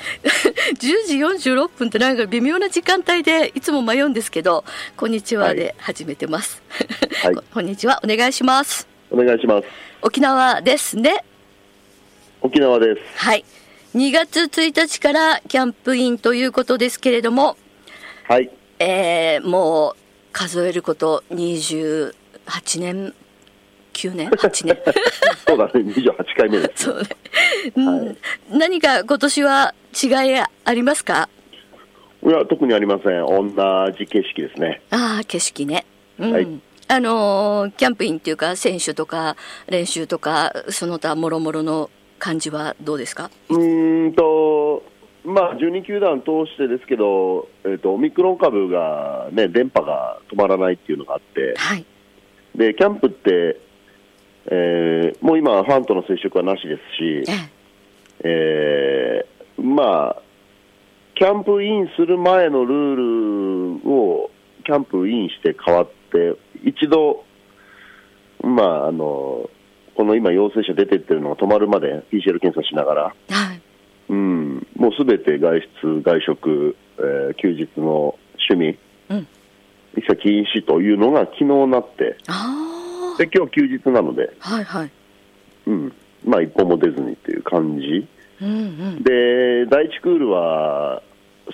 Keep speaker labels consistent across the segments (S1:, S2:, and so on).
S1: 10時46分ってなんか微妙な時間帯でいつも迷うんですけど、こんにちはで始めてます。
S2: は い
S1: ここんにちは、お願いします。
S2: お願いします。
S1: 沖縄ですね。
S2: 沖縄です。
S1: はい。2月1日からキャンプインということですけれども、
S2: はい。
S1: えーもう数えること28年、9年 ?8 年
S2: そうだね、28回目です。
S1: そうね、うん何か今年は違いありますか
S2: いや、特にありません。同じ景色ですね。
S1: ああ景色ね、うん
S2: はい
S1: あのーキャンプインっていうか選手とか練習とかその他もろもろの感じはどうですか
S2: うーんと、まあ、12球団通してですけど、えっとオミクロン株が、ね、電波が止まらないっていうのがあって、
S1: はい
S2: でキャンプって、えーもう今、ファンとの接触はなしですし
S1: え、え
S2: えーまあ、キャンプインする前のルールをキャンプインして変わって、一度、まあ、あのこの今、陽性者出てってるのが止まるまで PCR 検査しながら、
S1: はい
S2: うん、もうすべて外出、外食、えー休日の趣味、
S1: うん
S2: 一切禁止というのが昨日なって、
S1: あ
S2: で今日休日なので、
S1: あはいはい
S2: うんまあ、一歩も出ずにっていう感じ。
S1: うんうん
S2: で第一クールは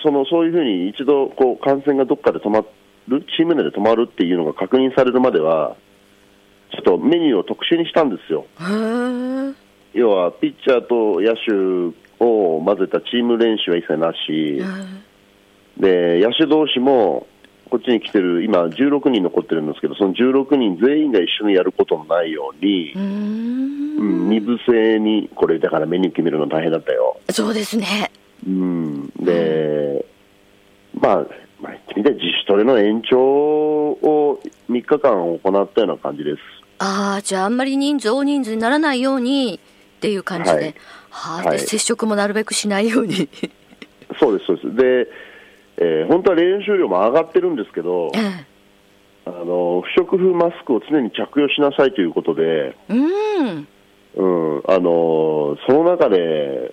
S2: そのそういうふうに一度こう感染がどっかで止まるチーム内で止まるっていうのが確認されるまではちょっとメニューを特殊にしたんですよ
S1: へえ
S2: 要はピッチャーと野手を混ぜたチーム練習は一切なしで野手同士もこっちに来てる今16人残ってるんですけどその16人全員が一緒にやることのないように
S1: う、ん
S2: うん、二部制にこれだからメニュー決めるの大変だったよ
S1: そうですね
S2: うん、で、まあ、まあ、言ってみたら自主トレの延長を3日間行ったような感じです。
S1: ああじゃああんまり人数大人数にならないようにっていう感じで、は
S2: はいい、
S1: で
S2: はい
S1: 接触もなるべくしないように
S2: そうです、そうです。で、えー本当は練習量も上がってるんですけど
S1: え、え
S2: あの不織布マスクを常に着用しなさいということで、
S1: うん
S2: うん、あのその中で、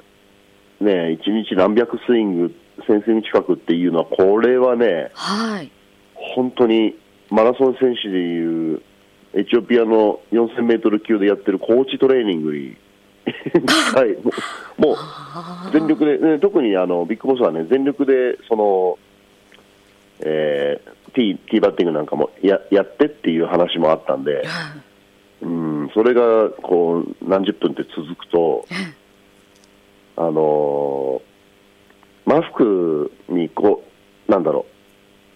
S2: ね、1日何百スイング、1000スイング近くっていうのは、これはね、
S1: はい
S2: 本当にマラソン選手でいうエチオピアの4000メートル級でやってるコーチトレーニングに 近い、もうもう全力で、ね、特にあのビッグボスはね全力でその、えー、ティーティーバッティングなんかもややってっていう話もあったんで、うん、それがこう何十分って続くと、あのーマスクにこうなんだろ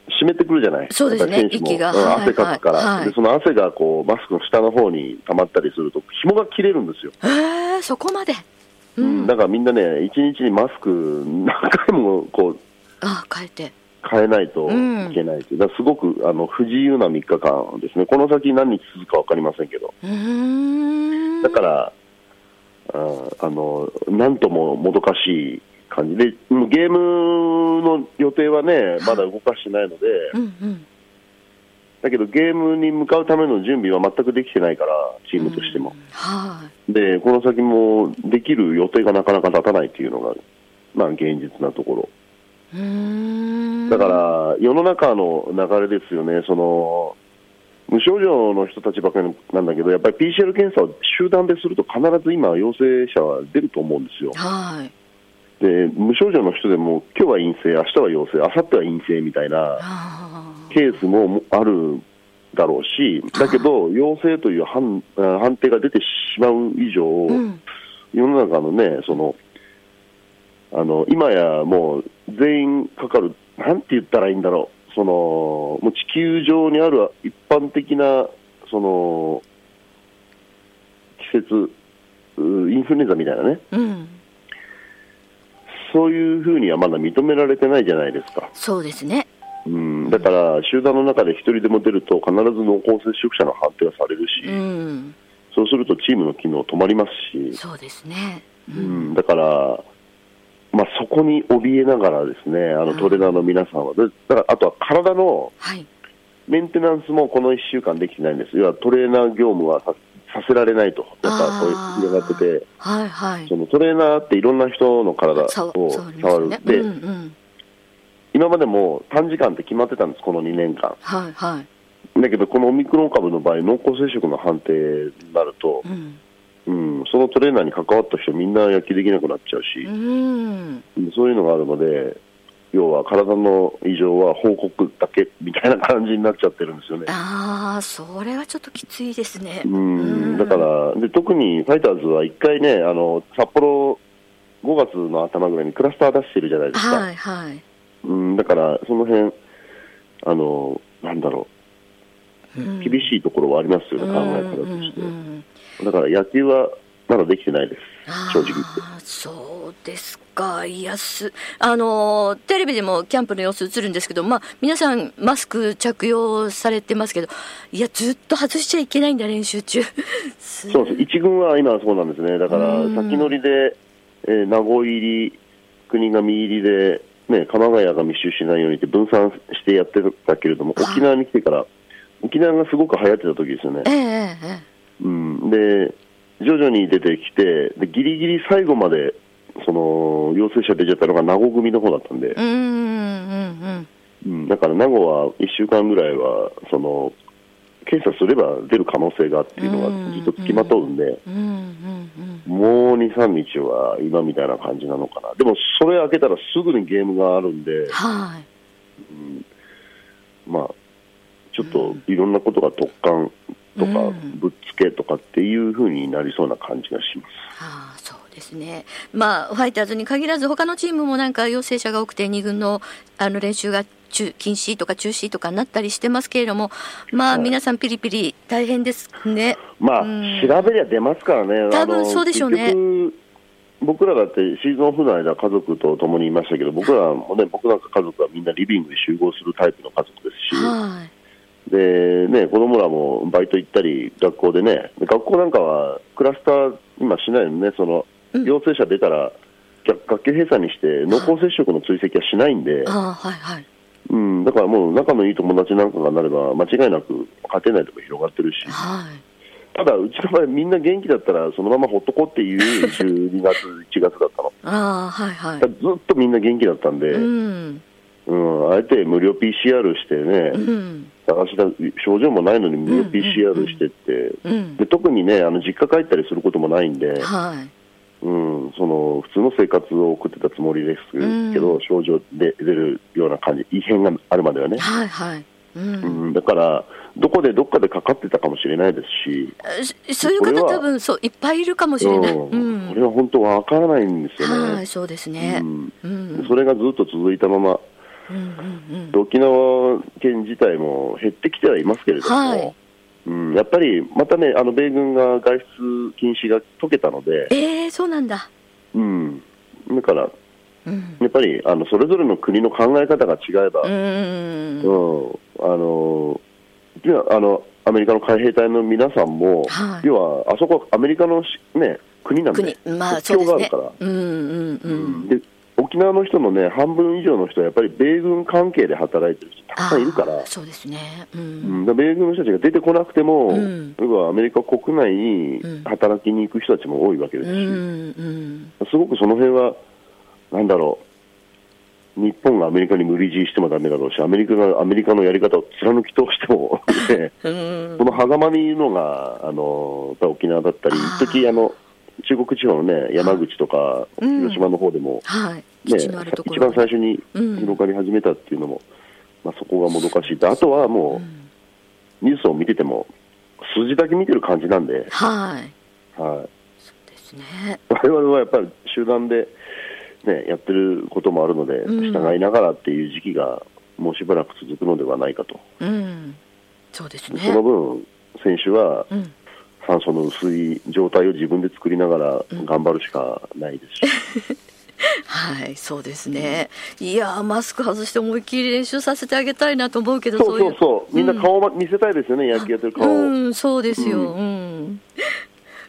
S2: う湿ってくるじゃない
S1: そうですね
S2: やっぱり選手も
S1: 息が
S2: うん
S1: はい
S2: 汗かくから、
S1: はいはい
S2: でその汗がこうマスクの下の方に溜まったりすると紐が切れるんですよ、
S1: へえそこまでうん
S2: だからみんなね一日にマスク何回もこう
S1: ああ変えて
S2: 変えないと
S1: うん
S2: いけないっていうだからすごくあの不自由な3日間ですねこの先何日続くか分かりませんけど
S1: うーん
S2: だから、ああのなんとももどかしい感じで、もうゲームの予定はね、まだ動かしてないので、
S1: うんうん
S2: だけどゲームに向かうための準備は全くできてないから、チームとしても。
S1: はい
S2: で、この先もできる予定がなかなか立たないっていうのが、まあ現実なところ。
S1: うーん
S2: だから、世の中の流れですよね、その、無症状の人たちばかりなんだけど、やっぱり PCR 検査を集団ですると、必ず今、陽性者は出ると思うんですよ。
S1: はい
S2: で、無症状の人でも、今日は陰性、明日は陽性、明後日は陰性みたいな
S1: あ
S2: ケースもあるだろうし、だけど、陽性という判あ判定が出てしまう以上、
S1: ーうん
S2: 世の中のね、その、あの、今やもう全員かかる、なんて言ったらいいんだろう、その、もう地球上にある一般的な、その、季節、うインフルエンザみたいなね、
S1: うん
S2: そういうふうにはまだ認められてないじゃないですか。
S1: そうですね
S2: うん、だから、集団の中で一人でも出ると、必ず濃厚接触者の判定がされるし、
S1: うん
S2: そうするとチームの機能止まりますし、
S1: そうですね
S2: うん、だから、まあ、そこに怯えながらですね、あのトレーナーの皆さんは、でだからあとは体の
S1: はい
S2: メンテナンスもこの1週間できてないんです、要はトレーナー業務はささせられないと、やっぱそういう
S1: あー
S2: 広がってて、
S1: はいはい
S2: そのトレーナーっていろんな人の体を
S1: そう
S2: 触
S1: そう
S2: る、
S1: ですね
S2: で、
S1: うんうん
S2: 今までも短時間って決まってたんです、この2年間。
S1: はいはい
S2: だけど、このオミクロン株の場合、濃厚接触の判定になると
S1: う、ん
S2: うん、そのトレーナーに関わった人、みんな野球できなくなっちゃうし。
S1: うん
S2: そういうのがあるので、要は体の異常は報告だけみたいな感じになっちゃってるんですよね。
S1: ああそれはちょっときついですね
S2: うんだからで、特にファイターズは一回ね、あの札幌、5月の頭ぐらいにクラスター出してるじゃないですか、
S1: はいはい
S2: うんだからその辺あのなんだろう、厳しいところはありますよね、考え方として。
S1: うんうんうん
S2: だから野球はまだできてないです、正直言って。
S1: あーそうですか、いやすあのーテレビでもキャンプの様子映るんですけど、まあ、皆さん、マスク着用されてますけど、いや、ずっと外しちゃいけないんだ、練習中。す
S2: そうです、一軍は今、そうなんですね、だから
S1: うん
S2: 先乗りで、えー名護入り、国頭入りで、ね、鎌ヶ谷が密集しないようにって分散してやってたけれども、
S1: はい
S2: 沖縄に来てから、沖縄がすごく流行ってた時ですよね
S1: え、ええええ
S2: うん、で徐々に出てきてで、ギリギリ最後までその陽性者出ちゃったのが名護組の方だったんで
S1: え、う、んうんうん
S2: うん、だから名護は1週間ぐらいは、その検査すれば出る可能性がっていうのがずっと付きまとうんで。
S1: うんうんうん
S2: もう2、3日は今みたいな感じなのかな、でもそれ開けたらすぐにゲームがあるんで、
S1: はい
S2: まあ、ちょっといろんなことが突貫と
S1: う
S2: か
S1: ん
S2: ぶっつけとかっていう風になりそうな感じがします。
S1: あーそうですね、まあ、ファイターズに限らず、他のチームもなんか陽性者が多くて、2軍のあの練習が中禁止とか中止とかなったりしてますけれども、まあ、皆さん、ピリピリ大変ですね。
S2: まあ、
S1: うん
S2: 調べりゃ出ますからね、
S1: 多分
S2: あの
S1: そうでしょうね
S2: 結局僕らだってシーズンオフの間、家族と共にいましたけど、僕らもね、僕なんか家族はみんなリビングに集合するタイプの家族ですし、
S1: はい
S2: でね、子供らもバイト行ったり、学校でね、で学校なんかはクラスター、今しないのね、その陽性者出たら、学学級閉鎖にして、濃厚接触の追跡はしないんで、
S1: あーはいはい
S2: うん、だからもう仲のいい友達なんかがなれば、間違いなく家庭内とか広がってるし、
S1: はい
S2: ただ、うちの場合、みんな元気だったら、そのままほっとこうっていう 12月、1月だったの、
S1: あーはいはい
S2: だからずっとみんな元気だったんで、
S1: う
S2: うん
S1: ん
S2: あえて無料 PCR してね、
S1: うん
S2: 探しだ症状もないのに無料 PCR してって。
S1: うん
S2: で特にね、あの実家帰ったりすることもないんで、
S1: はい
S2: うん、その普通の生活を送ってたつもりですけど、
S1: う
S2: 症状で出るような感じ、異変があるまではね、
S1: はいはいうん
S2: うん、だから、どこでどっかでかかってたかもしれないですし、
S1: そそういう方
S2: これは
S1: 多分そういっぱいいるかもしれない、う
S2: うん、これ
S1: ん、
S2: は本当わからないんですよ
S1: は
S2: ね
S1: い。そうですね
S2: うん
S1: うん
S2: それがずっと続いたまま、
S1: うんうん
S2: 沖縄県自体も減ってきてはいますけれども、
S1: はい
S2: うん、やっぱりまたね、あの米軍が外出禁止が解けたので、
S1: えー、そうなんだ
S2: うん、だから、
S1: うん
S2: やっぱりあのそれぞれの国の考え方が違えば、
S1: う
S2: う
S1: ん
S2: んあのいやあのアメリカの海兵隊の皆さんも、
S1: はい
S2: 要はあそこはアメリカのし、ね、国なんで
S1: 国まあそう
S2: 国
S1: で
S2: 境が
S1: す
S2: ある
S1: ね
S2: から、
S1: うんうんうん
S2: で沖縄の人のね、半分以上の人はやっぱり米軍関係で働いてる人たくさんいるから、
S1: あーそうですね。うん。
S2: うん、だから米軍の人たちが出てこなくても、
S1: うん
S2: 要はアメリカ国内に働きに行く人たちも多いわけです
S1: う
S2: し、
S1: ん。うん。
S2: すごくその辺は、なんだろう、日本がアメリカに無理強いしてもダメだろうし、アメリカがアメリカのやり方を貫き通しても、ね、
S1: うん。
S2: その狭間にいるのが、あのやっぱ沖縄だったり、
S1: あー
S2: 一時あの中国地方のね、山口とか、
S1: うん
S2: 広島の方でも、
S1: はい。
S2: ね
S1: 基地のあるとこ
S2: 一
S1: ろ。
S2: 番最初に
S1: うん
S2: 広がり始めたっていうのも、まあ、そこがもどかしいと、あとはも
S1: うん
S2: う、ニュースを見てても、数字だけ見てる感じなんで、
S1: はい。
S2: はい、
S1: そうですね。
S2: 我々はやっぱり集団で、ね、やってることもあるので、
S1: うん
S2: 従いながらっていう時期がもうしばらく続くのではないかと、
S1: うん。そうです
S2: その
S1: ね。
S2: 分、選手は
S1: うん。
S2: 酸素の薄い状態を自分で作りながら頑張るしかないですし、
S1: はい、そうですね。いやー、マスク外して思いっきり練習させてあげたいなと思うけど、
S2: そう
S1: い
S2: そうそう、みんな顔を見せたいですよね、野球やってる顔を。
S1: うん、そうですよ。うん。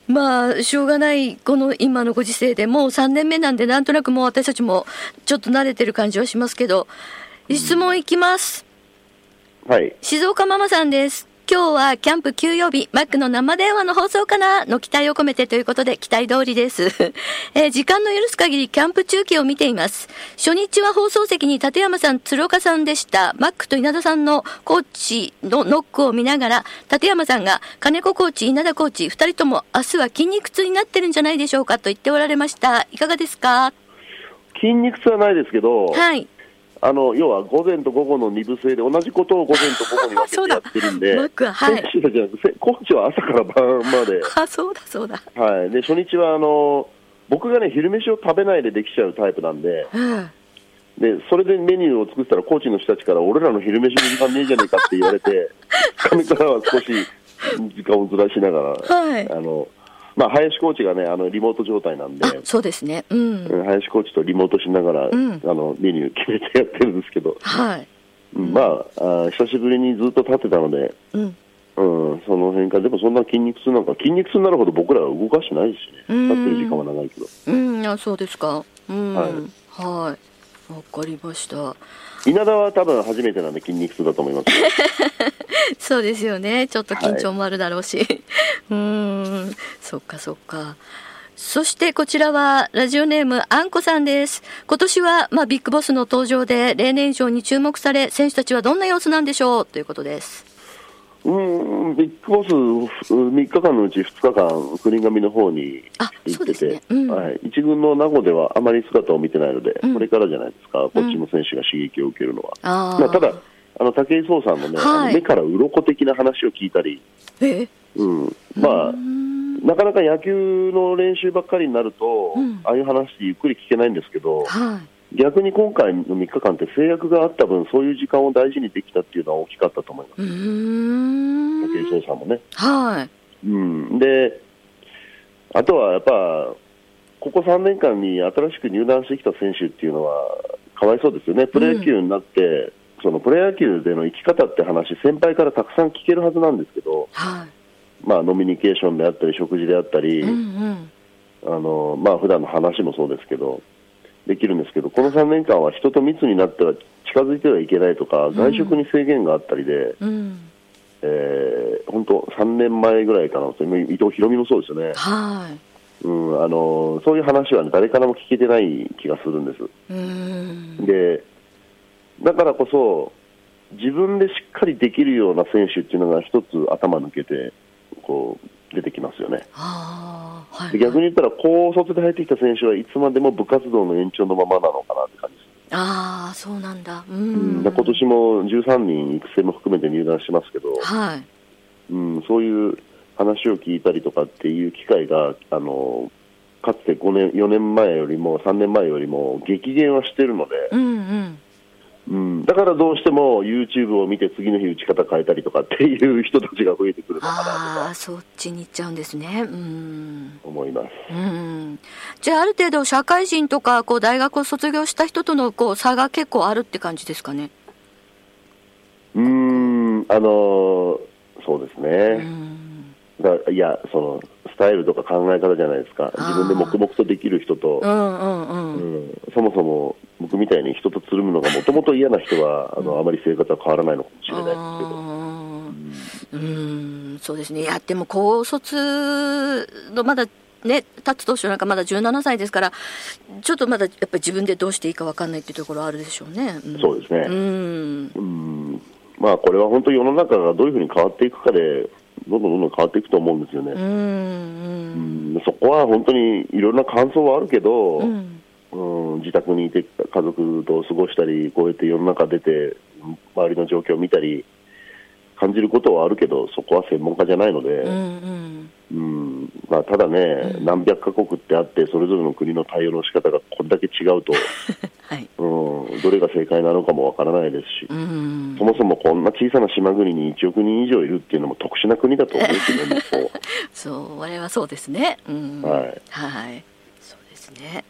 S1: まあ、しょうがない、この今のご時世でもう3年目なんで、なんとなくもう私たちもちょっと慣れてる感じはしますけど、質問いきます。
S2: はい
S1: 静岡ママさんです。今日はキャンプ休養日、マックの生電話の放送かなの期待を込めてということで期待通りです。 えー時間の許す限りキャンプ中継を見ています。初日は放送席に立山さん、鶴岡さんでした。マックと稲田さんのコーチのノックを見ながら、立山さんが金子コーチ、稲田コーチ、二人とも明日は筋肉痛になってるんじゃないでしょうかと言っておられました。いかがですか
S2: 筋肉痛はないですけど、
S1: はい。
S2: あの要は午前と午後の二部制で同じことを午前と午後に分け
S1: そう
S2: て
S1: だ
S2: やってるんで、
S1: マックははい
S2: 選手たちじゃなくて、コーチは朝から晩まで、
S1: あ、そうだそうだ。
S2: はい、で初日はあの僕がね昼飯を食べないでできちゃうタイプなんで
S1: うん。
S2: でそれでメニューを作ってたらコーチの人たちから俺らの昼飯の時間ねえじゃねえかって言わ れて上からは少し時間をずらしながら、
S1: はい
S2: あのまあ、林コーチがねあのリモート状態なんで
S1: あ、そうですね。うん。
S2: うん林コーチとリモートしなが
S1: ん
S2: ら、あのメニュー決めてやってるんですけど、
S1: はい。
S2: うんまああー久しぶりにずっと立ってたので。
S1: うん。
S2: うん、その辺から、でもそんな筋肉痛なんか、筋肉痛になるほど僕らは動かしてないし
S1: うん
S2: ね、立ってる時間は長いけど。
S1: うん、あそうですか。うん、は
S2: はいい。
S1: わかりました。
S2: 稲田は多分初めてなんで筋肉痛だと思 いますよ。
S1: そうですよね。ちょっと緊張もあるだろうし。うん、そっかそっか。そしてこちらはラジオネームあんこさんです。今年はまあビッグボスの登場で例年以上に注目され、選手たちはどんな様子なんでしょうということです。
S2: うん、ビッグボス3日間のうち2日間、国神の方に
S1: あ
S2: 行って
S1: そうで
S2: て、
S1: すねうん
S2: はい、一軍の名護ではあまり姿を見てないので、
S1: うん
S2: これからじゃないですか、こっちの選手が刺激を受けるのは。
S1: あ
S2: ま
S1: あ。
S2: あ、ただ、あの武井壮さんのね、
S1: はい
S2: あの目から鱗的な話を聞いたり、
S1: え、
S2: うん、まあ、なかなか野球の練習ばっかりになると、
S1: うん
S2: ああいう話、ゆっくり聞けないんですけど、
S1: はい。
S2: 逆に今回の3日間って制約があった分、そういう時間を大事にできたっていうのは大きかったと思います、
S1: うー
S2: 武井
S1: ん。
S2: 壮さんもね。
S1: はい。
S2: うん、で、あとはやっぱ、ここ3年間に新しく入団してきた選手っていうのは、かわいそうですよね、プロ野球になって、そのプロ野球での生き方って話、先輩からたくさん聞けるはずなんですけど、
S1: は
S2: まあ、ノミニケーションであったり、食事であったり。
S1: い。うんうん。
S2: あのまあ普段の話もそうですけど、できるんですけど、この3年間は人と密になっては近づいてはいけないとか、外食に制限があったりで、
S1: うん。
S2: えー本当、3年前ぐらいかな、今伊藤博美もそうですよね、
S1: はい。
S2: うんあの、そういう話は、ね、誰からも聞けてない気がするんです。
S1: うーん。
S2: でだからこそ、自分でしっかりできるような選手っていうのが一つ頭抜けてこう出てきますよね。
S1: ああ、は
S2: で
S1: い。
S2: 逆に言ったら、高卒で入ってきた選手はいつまでも部活動の延長のままなのかなって感じです、
S1: ああ、そうなんだ。う
S2: うん
S1: ん。
S2: で今年も13人育成も含めて入団してますけど、
S1: はい。
S2: うん、そういう話を聞いたりとかっていう機会が、あのかつて5年4年前よりも3年前よりも激減はしてるので、
S1: うんうん。
S2: うん、だからどうしても YouTube を見て、次の日、打ち方変えたりとかっていう人たちが増えてくるのかな
S1: ああ、そっちに行っちゃうんですね。うん。
S2: と思います。
S1: うん。じゃあ、ある程度、社会人とか、こう、大学を卒業した人との、こう、差が結構あるって感じですかね。
S2: うーんあのそうですね、
S1: うん。
S2: だいやそのスタイルとか考え方じゃないですか、自分で黙々とできる人と、
S1: うんうんうん。
S2: うんそもそも僕みたいに人とつるむのがもともと嫌な人は、あのあまり生活は変わらないのかもしれないですけど。
S1: うーん、そうですね。いや、でも高卒のまだね、立つ当初なんかまだ17歳ですから、ちょっとまだやっぱり自分でどうしていいかわかんないっていうところはあるでしょうね。ん
S2: そうですね
S1: うん。
S2: うんまあこれは本当世の中がどういうふうに変わっていくかで、どんどんどんどん変わっていくと思うんですよね。
S1: うんうん。
S2: うんそこは本当にいろんな感想はあるけど、
S1: う
S2: うんん自宅にいて家族と過ごしたり、こうやって世の中出て、周りの状況を見たり、感じることはあるけど、そこは専門家じゃないので、
S1: う
S2: うん
S1: んうん。
S2: まあ、ただね、何百カ国ってあって、それぞれの国の対応の仕方がこれだけ違うと、
S1: はい。
S2: うん、どれが正解なのかもわからないですし。
S1: うん。
S2: そもそもこんな小さな島国に1億人以上いるっていうのも特殊な国だと思うけ ど、ね、も
S1: そう、我々はそうですね。うん。
S2: はい。
S1: はい。そうですね。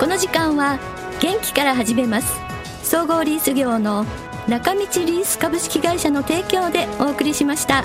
S1: この時間は元気から始めます総合リース業の中道リース株式会社の提供でお送りしました